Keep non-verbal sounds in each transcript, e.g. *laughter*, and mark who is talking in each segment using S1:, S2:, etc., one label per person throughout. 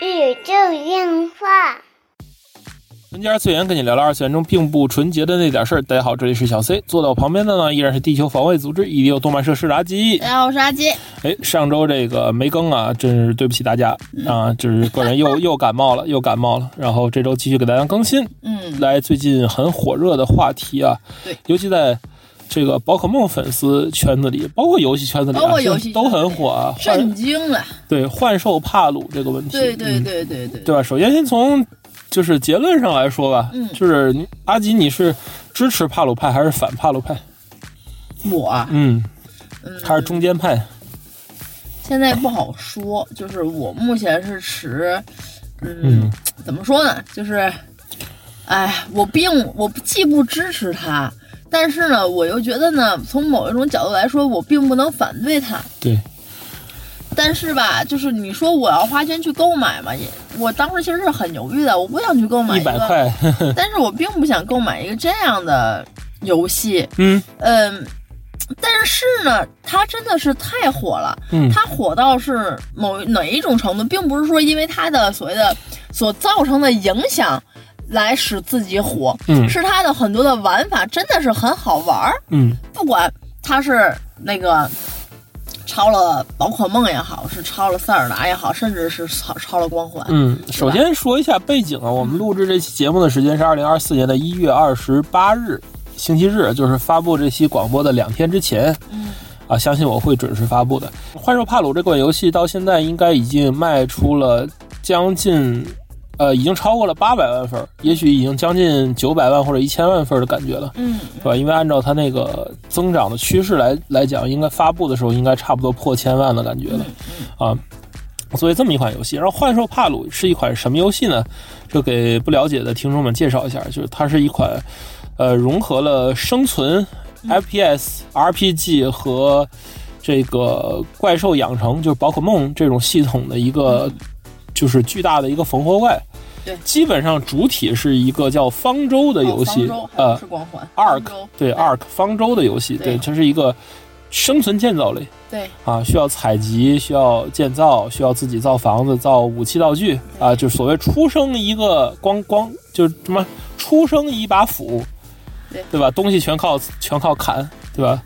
S1: 宇宙电话。
S2: 专家二次元跟你聊聊二次元中并不纯洁的那点事儿。大家好，这里是小 C，坐到我旁边的呢依然是地球防卫组织 EDO 动漫社是垃圾
S3: 大。家好，我是阿基。
S2: 哎，上周这个没更啊，真是对不起大家啊，就是个人又 *laughs* 又感冒了，又感冒了。然后这周继续给大家更新，
S3: 嗯，
S2: 来最近很火热的话题啊
S3: 对，
S2: 尤其在。这个宝可梦粉丝圈子里，包括游戏圈子里啊，
S3: 包括游戏圈子里
S2: 都很火啊。
S3: 震
S2: 幻
S3: 惊了。
S2: 对幻兽帕鲁这个问题，
S3: 对对
S2: 嗯
S3: 对对对，
S2: 对吧？首先先从就是结论上来说吧，
S3: 嗯
S2: 就是你阿吉，你是支持帕鲁派还是反帕鲁派？
S3: 我
S2: 嗯，
S3: 嗯，
S2: 还是中间派？
S3: 现在不好说，就是我目前是持，嗯，
S2: 嗯
S3: 怎么说呢？就是，哎，我并我既不支持他，但是呢，我又觉得呢，从某一种角度来说，我并不能反对他。
S2: 对，
S3: 但是吧，就是你说我要花钱去购买嘛，也我当时其实是很犹豫的，我不想去购买
S2: 一
S3: 个
S2: 百，块，
S3: 但是我并不想购买一个这样的游戏。
S2: *laughs* 嗯
S3: 嗯，但是呢，它真的是太火了，
S2: 嗯，
S3: 它火到是某哪一种程度，并不是说因为它的所谓的所造成的影响来使自己火，
S2: 嗯
S3: 是它的很多的玩法真的是很好玩儿，
S2: 嗯
S3: 不管它是那个。抄了宝可梦也好，是抄了塞尔达也好，甚至是抄抄了光环。
S2: 嗯。首先说一下背景
S3: 嗯
S2: 啊，我们录制这期节目的时间是二零二四年的一月二十八日，星期日，就是发布这期广播的两天之前。
S3: 嗯
S2: 啊，相信我会准时发布的。《幻兽帕鲁》这款游戏到现在应该已经卖出了将近，呃，已经超过了八百万份儿，也许已经将近九百万或者一千万份儿的感觉了，
S3: 嗯
S2: 是吧？因为按照它那个增长的趋势来来讲，应该发布的时候应该差不多破千万的感觉了
S3: 嗯，
S2: 啊。所以这么一款游戏，然后《幻兽帕鲁》是一款什么游戏呢？就给不了解的听众们介绍一下，就是它是一款，呃，融合了生存、FPS、RPG 和这个怪兽养成，就是宝可梦这种系统的一个，就是巨大的一个缝合怪。
S3: 嗯对
S2: 基本上主体是一个叫方舟的游戏，
S3: 哦方舟还不
S2: 呃，
S3: 是光环。
S2: Ark
S3: 方舟
S2: 对 Ark 方舟的游戏，
S3: 对
S2: 对，它是一个生存建造类
S3: 对
S2: 啊，需要采集，需要建造，需要自己造房子、造武器道具啊，就是所谓出生一个光光就是什么出生一把斧
S3: 对，
S2: 对吧？东西全靠全靠砍，对吧？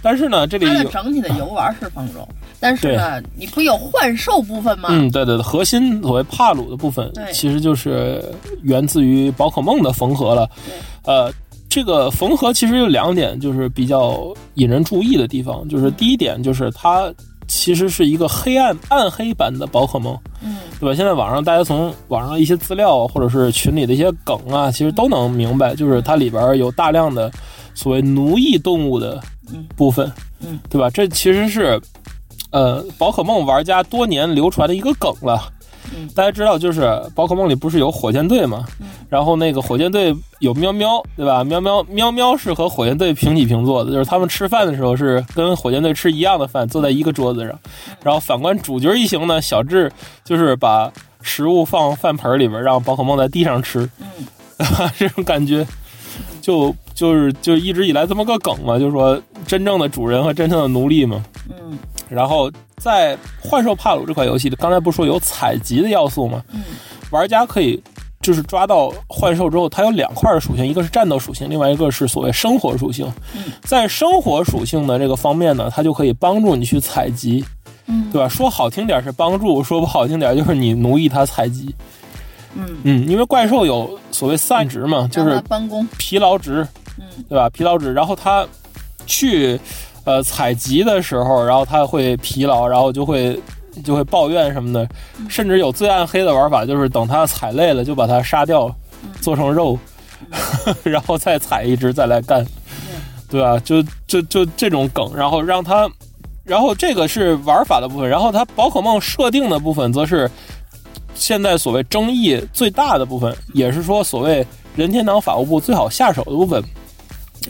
S2: 但是呢，这里
S3: 它的
S2: 有
S3: 整体的游玩是方
S2: 啊
S3: 舟，但是呢，你不有幻兽部分吗？
S2: 嗯，对对对，核心所谓帕鲁的部分，
S3: 对
S2: 其实就是源自于宝可梦的缝合了。呃，这个缝合其实有两点，就是比较引人注意的地方，
S3: 嗯
S2: 就是第一点就是它其实是一个黑暗暗黑版的宝可梦，
S3: 嗯
S2: 对吧？现在网上大家从网上一些资料啊，或者是群里的一些梗啊，其实都能明白，就是它里边有大量的所谓奴役动物的
S3: 嗯
S2: 部分，
S3: 嗯，
S2: 对吧？这其实是呃宝可梦玩家多年流传的一个梗了。
S3: 嗯
S2: 大家知道，就是宝可梦里不是有火箭队吗？
S3: 嗯
S2: 然后那个火箭队有喵喵，对吧？喵喵喵喵是和火箭队平起平坐的，就是他们吃饭的时候是跟火箭队吃一样的饭，坐在一个桌子上。然后反观主角一行呢，小智就是把食物放饭盆里边，让宝可梦在地上吃， *laughs*
S3: 嗯，
S2: 这种感觉就就是就一直以来这么个梗嘛，就是说真正的主人和真正的奴隶嘛。
S3: 嗯
S2: 然后在《幻兽帕鲁》这款游戏里，刚才不是说有采集的要素吗？
S3: 嗯
S2: 玩家可以就是抓到幻兽之后，它有两块儿属性，一个是战斗属性，另外一个是所谓生活属性
S3: 嗯。
S2: 在生活属性的这个方面呢，它就可以帮助你去采集，
S3: 嗯
S2: 对吧？说好听点儿是帮助，说不好听点儿就是你奴役它采集。
S3: 嗯，
S2: 嗯，因为怪兽有所谓散值嘛，就
S3: 让它
S2: 是
S3: 帮工，
S2: 疲劳值，
S3: 嗯
S2: 对吧？疲劳值，然后它去呃采集的时候，然后它会疲劳，然后就会就会抱怨什么的，甚至有最暗黑的玩法，就是等它踩累了就把它杀掉，做成肉， *laughs* 然后再采一只再来干，对吧？就就就这种梗，然后让它，然后这个是玩法的部分，然后它宝可梦设定的部分则是。现在所谓争议最大的部分，也是说所谓任天堂法务部最好下手的部分，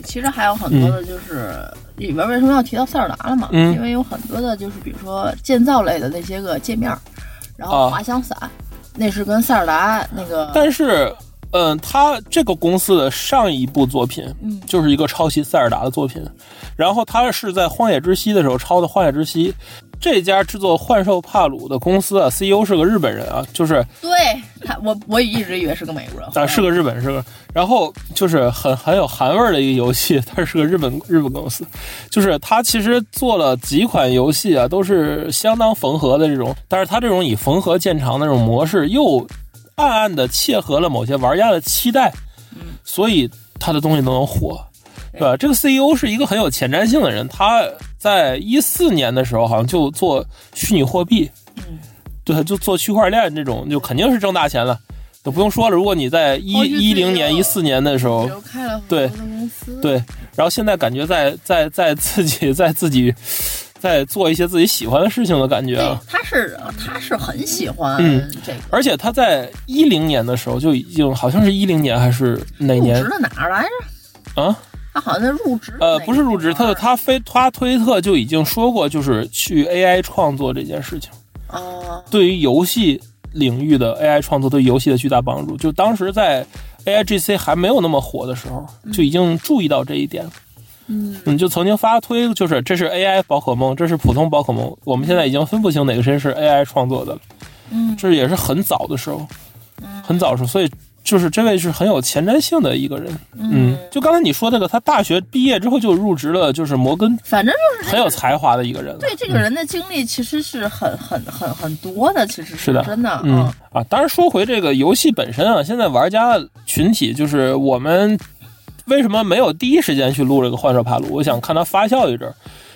S3: 其实还有很多的，就是里边为什么要提到塞尔达了嘛？
S2: 嗯
S3: 因为有很多的，就是比如说建造类的那些个界面儿，然后
S2: 啊
S3: 滑翔伞，那是跟塞尔达那个，
S2: 但是，嗯，他这个公司的上一部作品
S3: 嗯
S2: 就是一个抄袭塞尔达的作品，然后他是在《荒野之息》的时候抄的《荒野之息》，这家制作《幻兽帕鲁》的公司啊，CEO 是个日本人啊，就是
S3: 对他，我我一直以为是个美国人，
S2: 啊是个日本是个，然后就是很很有韩味儿的一个游戏， *laughs* 它是个日本日本公司，就是它其实做了几款游戏啊，都是相当缝合的这种，但是它这种以缝合见长的这种模式，又暗暗的切合了某些玩家的期待，所以他的东西都能火，对吧？这个 CEO 是一个很有前瞻性的人，他在一四年的时候好像就做虚拟货币，
S3: 嗯
S2: 对，就做区块链这种，就肯定是挣大钱了，就不用说了。如果你在一
S3: 哦就是
S2: 一零年、
S3: 这
S2: 一
S3: 个
S2: 四年的时候，
S3: 就开了很多
S2: 对
S3: 的公司，
S2: 对，然后现在感觉在在在自己 *laughs* 在自己在做一些自己喜欢的事情的感觉
S3: 对
S2: 啊。，
S3: 他是他是很喜欢
S2: 嗯
S3: 这个。
S2: 而且他在一零年的时候就已经，好像是一零年还是哪
S3: 入
S2: 年
S3: 职的哪儿来着？哎
S2: 啊？
S3: 他好像在入职的
S2: 呃
S3: 那，个
S2: 不是入职，
S3: 地方啊
S2: 他他非他推特就已经说过，就是去 AI 创作这件事情，
S3: 哦，
S2: 对于游戏领域的 AI 创作对游戏的巨大帮助。就当时在 AIGC 还没有那么火的时候，就已经注意到这一点了。
S3: 嗯，
S2: 嗯，就曾经发推，就是这是 AI 宝可梦，这是普通宝可梦，我们现在已经分不清哪个谁是 AI 创作的了。
S3: 嗯
S2: 这也是很早的时候，很早的时候，所以就是这位是很有前瞻性的一个人。嗯，就刚才你说这个，他大学毕业之后就入职了，就是摩根，
S3: 反正就是
S2: 很有才华的一个人了。
S3: 嗯对这个人的经历其实是很很很很多的，其实
S2: 是的
S3: 真的，
S2: 嗯啊，当然说回这个游戏本身啊，现在玩家群体就是我们为什么没有第一时间去录这个幻兽帕鲁？我想看它发酵一阵儿，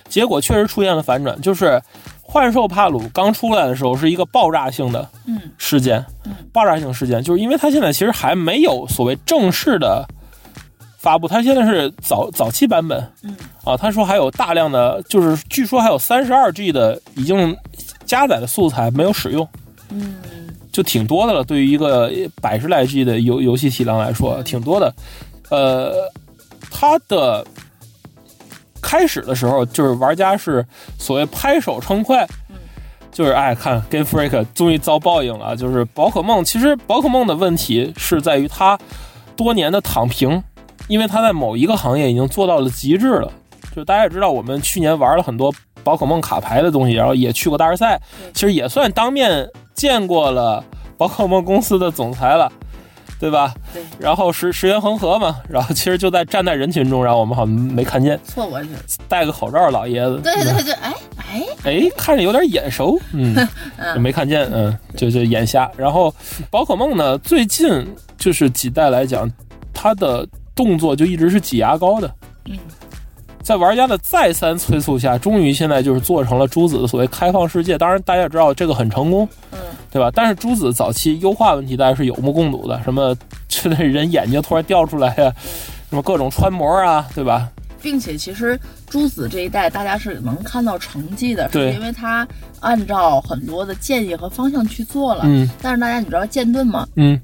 S2: 结果确实出现了反转，就是幻兽帕鲁刚出来的时候是一个爆炸性的
S3: 嗯
S2: 事件
S3: 嗯，
S2: 爆炸性事件，就是因为它现在其实还没有所谓正式的发布，它现在是早早期版本，
S3: 嗯
S2: 啊，他说还有大量的，就是据说还有三十二 G 的已经加载的素材没有使用，
S3: 嗯
S2: 就挺多的了。对于一个百十来 G 的游游戏体量来
S3: 嗯
S2: 说，挺多的。呃，它的开始的时候，就是玩家是所谓拍手称快
S3: 嗯，
S2: 就是哎，看 Game Freak 终于遭报应了啊。就是宝可梦，其实宝可梦的问题是在于它多年的躺平，因为它在某一个行业已经做到了极致了。就大家也知道，我们去年玩了很多宝可梦卡牌的东西，然后也去过大师赛，
S3: 对
S2: 其实也算当面见过了宝可梦公司的总裁了，对吧？
S3: 对
S2: 然后石石原恒河嘛，然后其实就在站在人群中，然后我们好像没看见，
S3: 错过去了，
S2: 戴个口罩，老爷子，
S3: 对对对，哎哎，
S2: 哎，看着有点眼熟，
S3: *laughs*
S2: 嗯，
S3: 嗯
S2: 没看见，嗯，就就眼瞎。然后宝可梦呢，最近就是几代来讲，它的动作就一直是挤牙膏的，
S3: 嗯，
S2: 在玩家的再三催促下，终于现在就是做成了朱子的所谓开放世界。当然，大家也知道这个很成功，
S3: 嗯，
S2: 对吧？但是朱子早期优化问题大家是有目共睹的，什么这类人眼睛突然掉出来呀、什么各种穿模啊，对吧？
S3: 并且其实朱子这一代大家是能看到成绩的，
S2: 对
S3: 是因为他按照很多的建议和方向去做了。
S2: 嗯
S3: 但是大家你知道剑盾吗？
S2: 嗯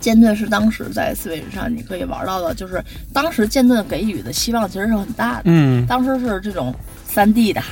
S3: 剑盾是当时在 Switch 上你可以玩到的，就是当时剑盾给予的希望其实是很大的。
S2: 嗯
S3: 当时是这种三 D 的，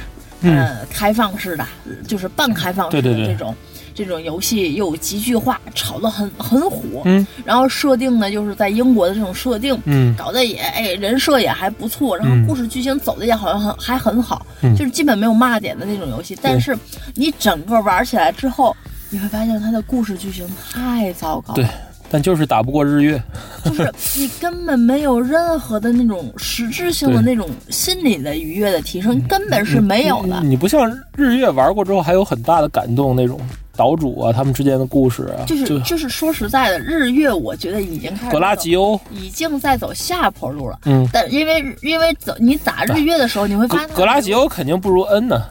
S2: 嗯
S3: 呃，开放式的，就是半开放式
S2: 对
S3: 的
S2: 对对
S3: 这种这种游戏，又极具化，炒得很很火。
S2: 嗯
S3: 然后设定呢，就是在英国的这种设定，
S2: 嗯
S3: 搞得也哎人设也还不错，然
S2: 嗯
S3: 后故事剧情走的也好像很还很好，
S2: 嗯
S3: 就是基本没有骂点的那种游戏。但是你整个玩起来之后。你会发现它的故事剧情太糟糕了，
S2: 对，但就是打不过日月。
S3: 就是
S2: *laughs*
S3: 你根本没有任何的那种实质性
S2: 对
S3: 的
S2: 嗯
S3: 那种心理的愉悦的提升，根本是没有的。
S2: 你你不像日月玩过之后还有很大的感动那种岛主啊，他们之间的故事啊，
S3: 就是就是说实在的，日月我觉得已经开始
S2: 格拉吉欧，
S3: 走已经在走下坡路了。
S2: 嗯，
S3: 但因为因为走你打日月的时候，你会发
S2: 格
S3: 现
S2: 格拉吉欧肯定不如恩呢、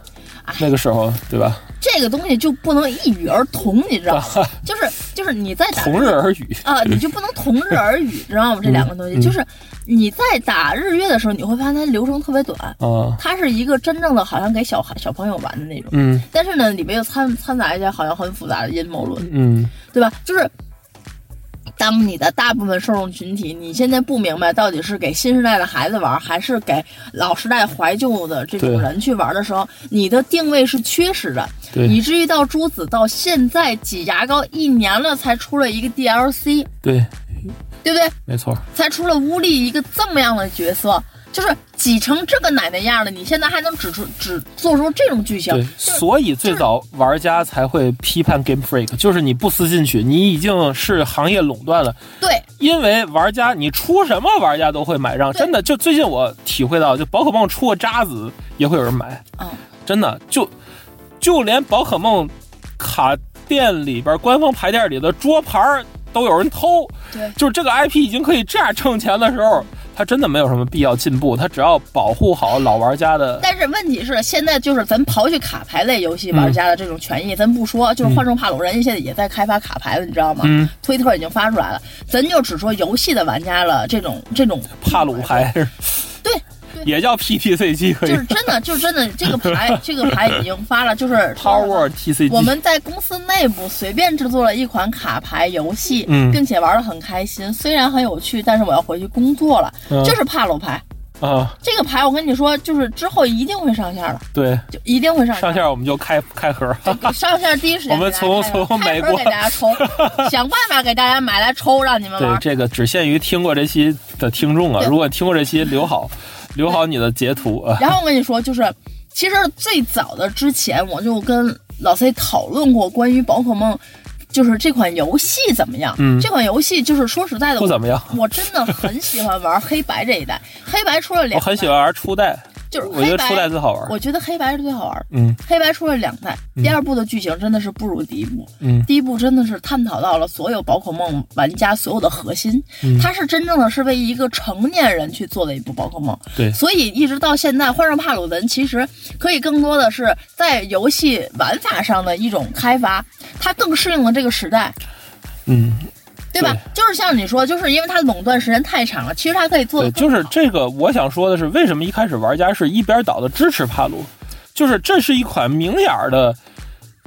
S3: 哎
S2: 那个时候对吧？
S3: 这个东西就不能一语而同，你知道吗？就是就是你在
S2: *laughs*
S3: 打
S2: 同日而语。
S3: 啊、你就不能同日而语，知道吗？这两个东西、
S2: 嗯
S3: 就是你在打日月的时候，你会发现它流程特别短，
S2: 啊，
S3: 它是一个真正的好像给小孩小朋友玩的那种，
S2: 嗯
S3: 但是呢，里面又掺掺杂一些好像很复杂的阴谋论。
S2: 嗯
S3: 对吧？就是当你的大部分受众群体，你现在不明白到底是给新时代的孩子玩，还是给老时代怀旧的这种
S2: 对
S3: 人去玩的时候，你的定位是缺失的，
S2: 对
S3: 以至于到朱子到现在挤牙膏一年了才出了一个 DLC，
S2: 对，
S3: 对不对？
S2: 没错，
S3: 才出了乌力一个这么样的角色。就是挤成这个奶奶样儿了，你现在还能指出只做出这种剧情
S2: 对，，所以最早玩家才会批判 Game Freak，就是你不思进取，你已经是行业垄断了。
S3: 对，
S2: 因为玩家你出什么，玩家都会买账。
S3: 对
S2: 真的，就最近我体会到，就宝可梦出个渣子也会有人买。
S3: 嗯，
S2: 真的，就就连宝可梦卡店里边官方牌店里的桌牌儿都有人偷。
S3: 对
S2: 就是这个 IP 已经可以这样挣钱的时候，它真的没有什么必要进步。它只要保护好老玩家的，
S3: 但是问题是，现在就是咱刨去卡牌类游戏玩
S2: 嗯
S3: 家的这种权益，咱不说，就是幻兽帕鲁人现在也在开发卡牌了，你知道吗？
S2: 嗯，
S3: 推特已经发出来了，咱就只说游戏的玩家了，这种这种
S2: 帕鲁牌是
S3: 对。
S2: 也叫 PTC G 可以
S3: 就
S2: *laughs*
S3: 是真的，就是真的，这个牌这个牌已经发了，就是
S2: ，Power TCG。
S3: 我们在公司内部随便制作了一款卡牌游戏，
S2: 嗯
S3: 并且玩的很开心，虽然很有趣，但是我要回去工作了。
S2: 嗯
S3: 这是帕鲁牌，
S2: 啊，
S3: 这个牌我跟你说，就是之后一定会上线的，
S2: 对，
S3: 就一定会上线。
S2: 上线我们就开开盒。
S3: *laughs* 上线第一时间
S2: 我们从
S3: 给大家
S2: 从
S3: 开
S2: 美
S3: 盒
S2: 国
S3: 给大家抽，想办法给大家买来抽，让你们
S2: *laughs* 对
S3: 玩，。
S2: 这个只限于听过这期的听众啊，
S3: 对
S2: 如果听过这期，留好留好你的截图啊。
S3: 然后我跟你说，就是其实最早的之前，我就跟老 C 讨论过关于宝可梦，就是这款游戏怎么样。
S2: 嗯
S3: 这款游戏就是说实在的，
S2: 不怎么样
S3: 我。我真的很喜欢玩黑白这一代，黑白出了
S2: 我
S3: 两代，
S2: 很喜欢玩初代，
S3: 就是
S2: 我觉
S3: 黑
S2: 得
S3: 白
S2: 初代最好玩。
S3: 我觉得黑白是最好玩的。
S2: 嗯
S3: 黑白出了两代，第二部的剧情真的是不如第一部。
S2: 嗯
S3: 第一部真的是探讨到了所有宝可梦玩家所有的核心，
S2: 嗯
S3: 它是真正的是为一个成年人去做的一部宝可梦。
S2: 对
S3: 所以一直到现在，幻兽帕鲁文其实可以更多的是在游戏玩法上的一种开发，它更适应了这个时代，
S2: 嗯，
S3: 对吧？就是像你说，就是因为它垄断时间太长了，其实它可以做的
S2: 对，就是这个。我想说的是，为什么一开始玩家是一边倒的支持帕鲁？就是这是一款明眼儿的，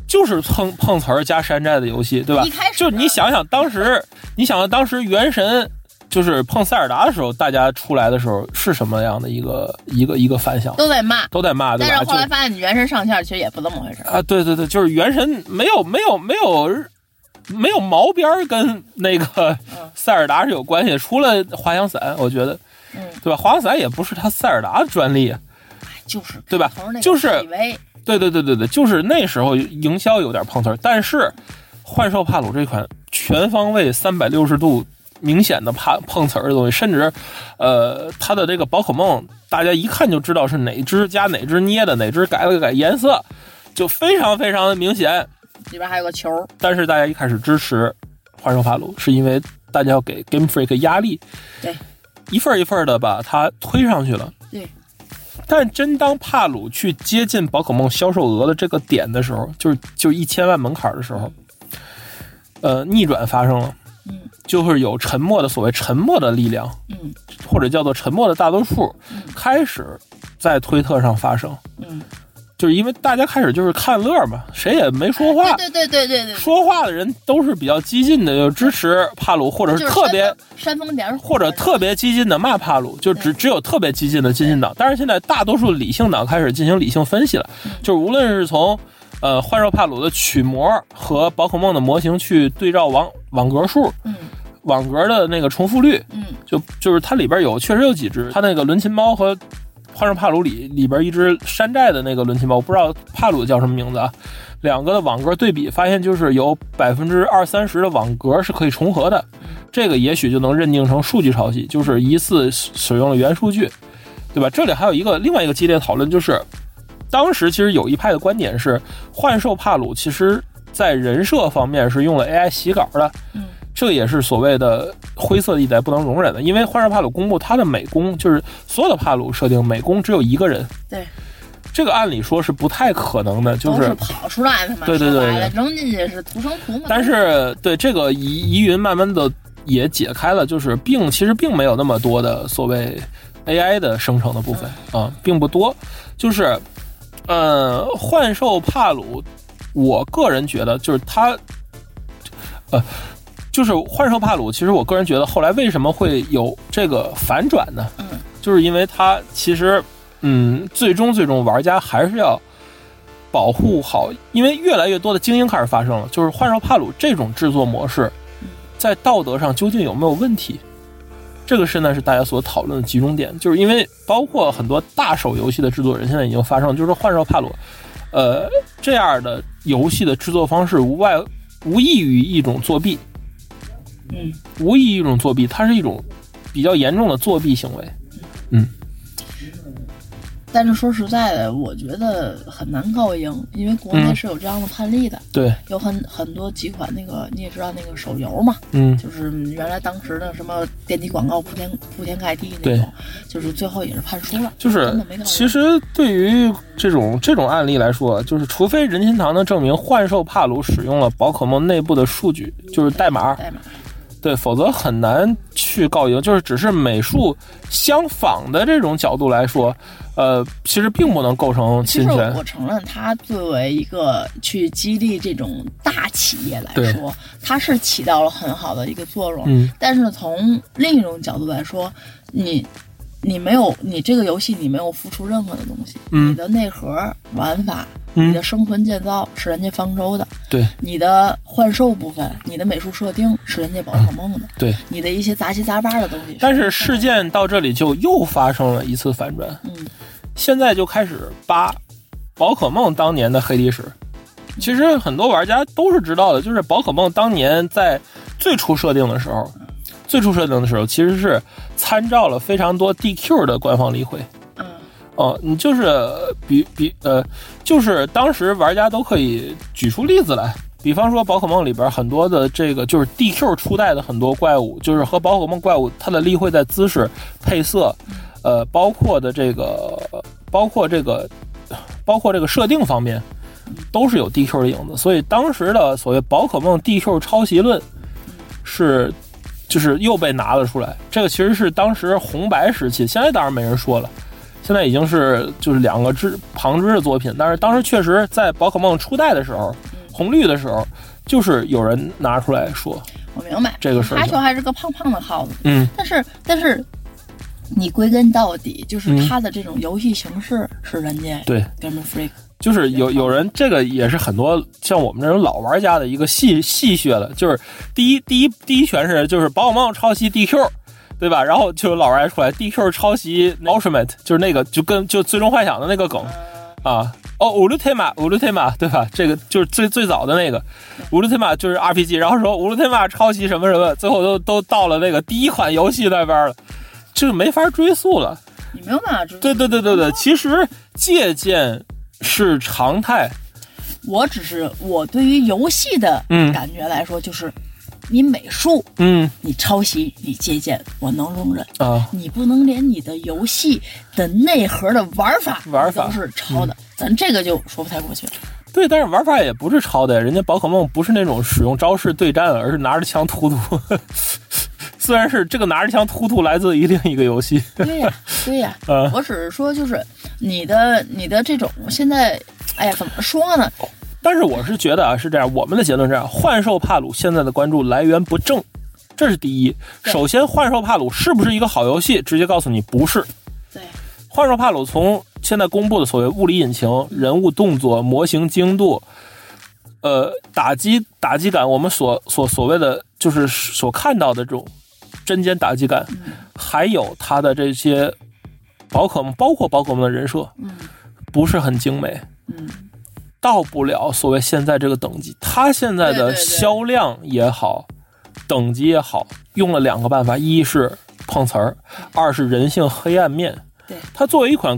S2: 就是碰碰瓷儿加山寨的游戏，对吧？
S3: 一开始
S2: 就你想想当时，你想想当时原神就是碰塞尔达的时候，大家出来的时候是什么样的一个一个一个反响，
S3: 都在骂，
S2: 都在骂，对
S3: 但
S2: 吧？
S3: 是
S2: 就
S3: 后来发现你原神上线其实也不那么回事儿。
S2: 啊，对对对，就是原神没有没有没有没有毛边儿跟那个
S3: 嗯
S2: 塞尔达是有关系，除了滑翔伞，我觉得，
S3: 嗯
S2: 对吧？滑翔伞也不是他塞尔达的专利，
S3: 就是
S2: 哎对吧
S3: 开头那个
S2: 就是
S3: 以为
S2: 对对对对对，就是那时候营销有点碰瓷儿，但是幻兽帕鲁这款全方位三百六十度明显的怕碰瓷儿的东西，甚至，呃，它的这个宝可梦，大家一看就知道是哪只加哪只捏的，哪只改了改颜色，就非常非常的明显。
S3: 里边还有个球儿，
S2: 但是大家一开始支持幻兽帕鲁，是因为大家要给 Game Freak 压力，
S3: 对，
S2: 一份儿一份的把它推上去了。
S3: 对，
S2: 但真当帕鲁去接近宝可梦销售额的这个点的时候，就是就一千万门槛的时候，呃，逆转发生了，
S3: 嗯
S2: 就是有沉默的所谓沉默的力量，
S3: 嗯
S2: 或者叫做沉默的大多数
S3: 嗯，
S2: 开始在推特上发生，
S3: 嗯，
S2: 就是因为大家开始就是看乐嘛，谁也没说话，
S3: 对对对对对对，
S2: 说话的人都是比较激进的，就支持帕鲁，或者
S3: 就是是
S2: 特别
S3: 煽风点火，
S2: 或者特别激进的骂帕鲁，就只只有特别激进的激进党。但是现在大多数理性党开始进行理性分析了，
S3: 嗯
S2: 就是无论是从呃幻兽帕鲁的曲模和宝可梦的模型去对照网网格数、
S3: 嗯
S2: 网格的那个重复率，
S3: 嗯
S2: 就就是它里边有确实有几只，它那个伦琴猫和幻兽帕鲁里里边一只山寨的那个伦琴猫，我不知道帕鲁叫什么名字啊。两个的网格对比，发现就是有百分之二三十的网格是可以重合的，这个也许就能认定成数据抄袭，就是疑似使用了原数据，对吧？这里还有一个另外一个激烈讨论，就是当时其实有一派的观点是，幻兽帕鲁其实在人设方面是用了 AI 洗稿的，
S3: 嗯
S2: 这也是所谓的灰色地带不能容忍的，因为幻视帕鲁公布他的美工，就是所有的帕鲁设定美工只有一个人，
S3: 对，
S2: 这个按理说是不太可能的，就
S3: 都
S2: 是
S3: 是跑出来的嘛，
S2: 对对
S3: 说白
S2: 对
S3: 了扔进去是徒生 *laughs* 徒嘛，
S2: 但是对这个疑疑云慢慢的也解开了，就是并其实并没有那么多的所谓 AI 的生成的部分啊，并不多。就是，呃，幻兽帕鲁，我个人觉得就是它，呃，就是幻兽帕鲁，其实我个人觉得后来为什么会有这个反转呢？
S3: 嗯，
S2: 就是因为它其实，嗯，最终最终玩家还是要。保护好，因为越来越多的精英开始发生了，嗯就是幻兽帕鲁这种制作模式，在道德上究竟有没有问题？这个现在是大家所讨论的集中点，就是因为包括很多大手游戏的制作人现在已经发声，就是说幻兽帕鲁，呃，这样的游戏的制作方式无外无异于一种作弊，
S3: 嗯，
S2: 无异于一种作弊，它是一种比较严重的作弊行为。
S3: 但是说实在的，我觉得很难告赢，因为国内
S2: 嗯
S3: 是有这样的判例的，
S2: 对，
S3: 有很很多几款那个你也知道那个手游嘛，
S2: 嗯，
S3: 就是原来当时的什么电梯广告铺天铺天盖地那
S2: 对
S3: 种，就是最后也是判输了，
S2: 就是
S3: 根本没告赢。
S2: 其实对于这种这种案例来说，就是除非任天堂能证明幻兽帕鲁使用了宝可梦内部的数据，就是代码，
S3: 代码
S2: 对，否则很难去告赢。就是只是美术相仿的这种角度来说，呃，其实并不能构成
S3: 其
S2: 侵
S3: 实
S2: 权
S3: 我。承认，它作为一个去激励这种大企业来
S2: 对
S3: 说，它是起到了很好的一个作用。
S2: 嗯，
S3: 但是从另一种角度来说，你你没有你这个游戏你没有付出任何的东西，
S2: 嗯
S3: 你的内核、玩法、
S2: 嗯
S3: 你的生存建造是人家方舟的，
S2: 对
S3: 你的幻兽部分、你的美术设定是人家宝可梦的，
S2: 对。
S3: 你的一些杂七杂八的东西。
S2: 但是事件到这里就又发生了一次反转，
S3: 嗯，
S2: 现在就开始扒宝可梦当年的黑历史。其实很多玩家都是知道的，就是宝可梦当年在最初设定的时候，最初设定的时候其实是参照了非常多 DQ 的官方例会。
S3: 嗯
S2: 哦，你就是呃比比呃，就是当时玩家都可以举出例子来，比方说宝可梦里边很多的这个就是 DQ 初代的很多怪物，就是和宝可梦怪物它的例会在姿势、配色，呃，包括的这个包括这个包括这个设定方面，都是有 DQ 的影子，所以当时的所谓宝可梦 DQ 抄袭论是。就是又被拿了出来，这个其实是当时红白时期，现在当然没人说了。现在已经是就是两个之旁支的作品，但是当时确实在宝可梦初代的时候，红绿的时候，就是有人拿出来说，
S3: 我明白
S2: 这个事儿
S3: 哈丘还是个胖胖的耗子，
S2: 嗯，
S3: 但是但是你归根到底就是
S2: 嗯
S3: 它的这种游戏形式是人家
S2: 对，
S3: Game Freak
S2: 就是有有人这个也是很多像我们这种老玩家的一个戏戏谑了，就是第一第一第一拳是就是宝可梦抄袭 DQ。对吧？然后就有老玩家出来，DQ 抄袭 Ultimate，就是那个就跟就最终幻想的那个梗啊，哦，乌鲁特玛，乌鲁特玛，对吧？这个就是最最早的那个乌鲁特玛，就是 RPG，然后说乌鲁特玛抄袭什么什么，最后都都到了那个第一款游戏那边了，就是没法追溯了。
S3: 你没有办法追。
S2: 对对对对对，其实借鉴是常态，
S3: 我只是我对于游戏的
S2: 嗯
S3: 感觉来说，就是你美术
S2: 嗯
S3: 你抄袭你借鉴我能容忍，
S2: 啊，
S3: 你不能连你的游戏的内核的玩法
S2: 玩法嗯
S3: 你都是抄的，咱这个就说不太
S2: *laughs*
S3: 过去了。
S2: 对，但是玩法也不是抄的，人家宝可梦不是那种使用招式对战，而是拿着枪突 *laughs* 突。虽然是这个拿着枪突突来自于另一个游戏，
S3: 对呀、对呀、
S2: 嗯
S3: 我只是说就是你的你的这种现在，哎呀，怎么说呢？
S2: 但是我是觉得啊，是这样，我们的结论是这样：幻兽帕鲁现在的关注来源不正，这是第一。
S3: 对
S2: 首先，幻兽帕鲁是不是一个好游戏，直接告诉你不是。
S3: 对，
S2: 幻兽帕鲁从现在公布的所谓物理引擎、人物动作、模型精度，呃，打击打击感，我们所所所谓的就是所看到的这种针尖打击感，还有它的这些宝可梦，包括宝可梦的人设，
S3: 嗯
S2: 不是很精美，
S3: 嗯。
S2: 到不了所谓现在这个等级。它现在
S3: 对
S2: 的
S3: 对对
S2: 销量也好，等级也好，用了两个办法：一是碰瓷儿，二是人性黑暗面。
S3: 对，
S2: 它作为一款。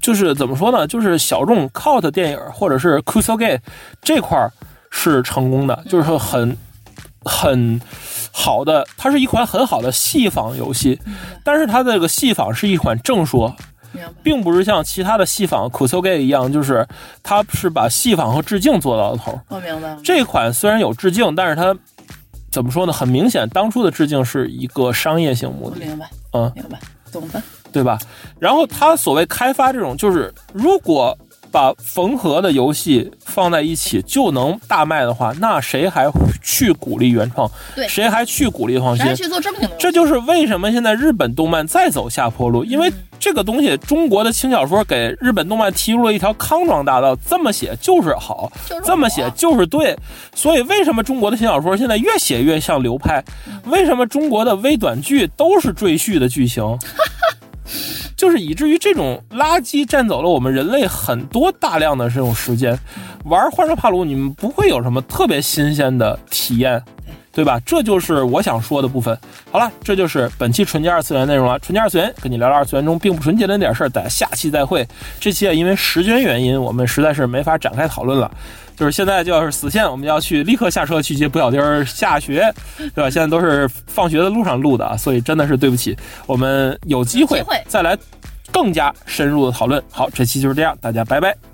S2: 就是怎么说呢？就是小众 cult 电影或者是 c u s o gay 这块儿是成功的，就是很很好的，它是一款很好的戏仿游戏，但是它的这个戏仿是一款正说，
S3: 嗯明白。
S2: 并不是像其他的戏仿 k u s o g a 一样，就是它是把戏仿和致敬做到了头儿。
S3: 我明白了。
S2: 这款虽然有致敬，但是它怎么说呢？很明显，当初的致敬是一个商业性目
S3: 我
S2: 的，
S3: 明白，
S2: 嗯
S3: 明白，懂的。
S2: 对吧？然后它所谓开发这种，就是如果把缝合的游戏放在一起就能大卖的话，那谁还去鼓励原创？
S3: 对
S2: 谁还去鼓励创
S3: 谁
S2: 新
S3: 还？去做正经的？
S2: 这就是为什么现在日本动漫再走下坡路，因为这个东西，中国的轻小说给日本动漫提出了一条康庄大道，这么写就是好，啊
S3: 就是
S2: 这么
S3: 我
S2: 写就是对。所以为什么中国的轻小说现在越写越像流派？为什么中国的微短剧都是赘婿的剧 *laughs* 情？就是以至于这种垃圾占走了我们人类很多大量的这种时间。玩《幻兽帕鲁》，你们不会有什么特别新鲜的体验，对吧？这就是我想说的部分。好了，这就是本期纯洁二次元内容了。纯洁二次元跟你聊聊二次元中并不纯洁的那点事儿，大家下期再会。这期啊，因为时间原因，我们实在是没法展开讨论了。 *laughs* 就是现在就要是死线，我们要去立刻下车去接不小丁儿下学，对吧？现在都是放学的路上录的啊，所以真的是对不起。我们有机会
S3: 有机会
S2: 再来更加深入的讨论。好，这期就是这样，大家拜拜。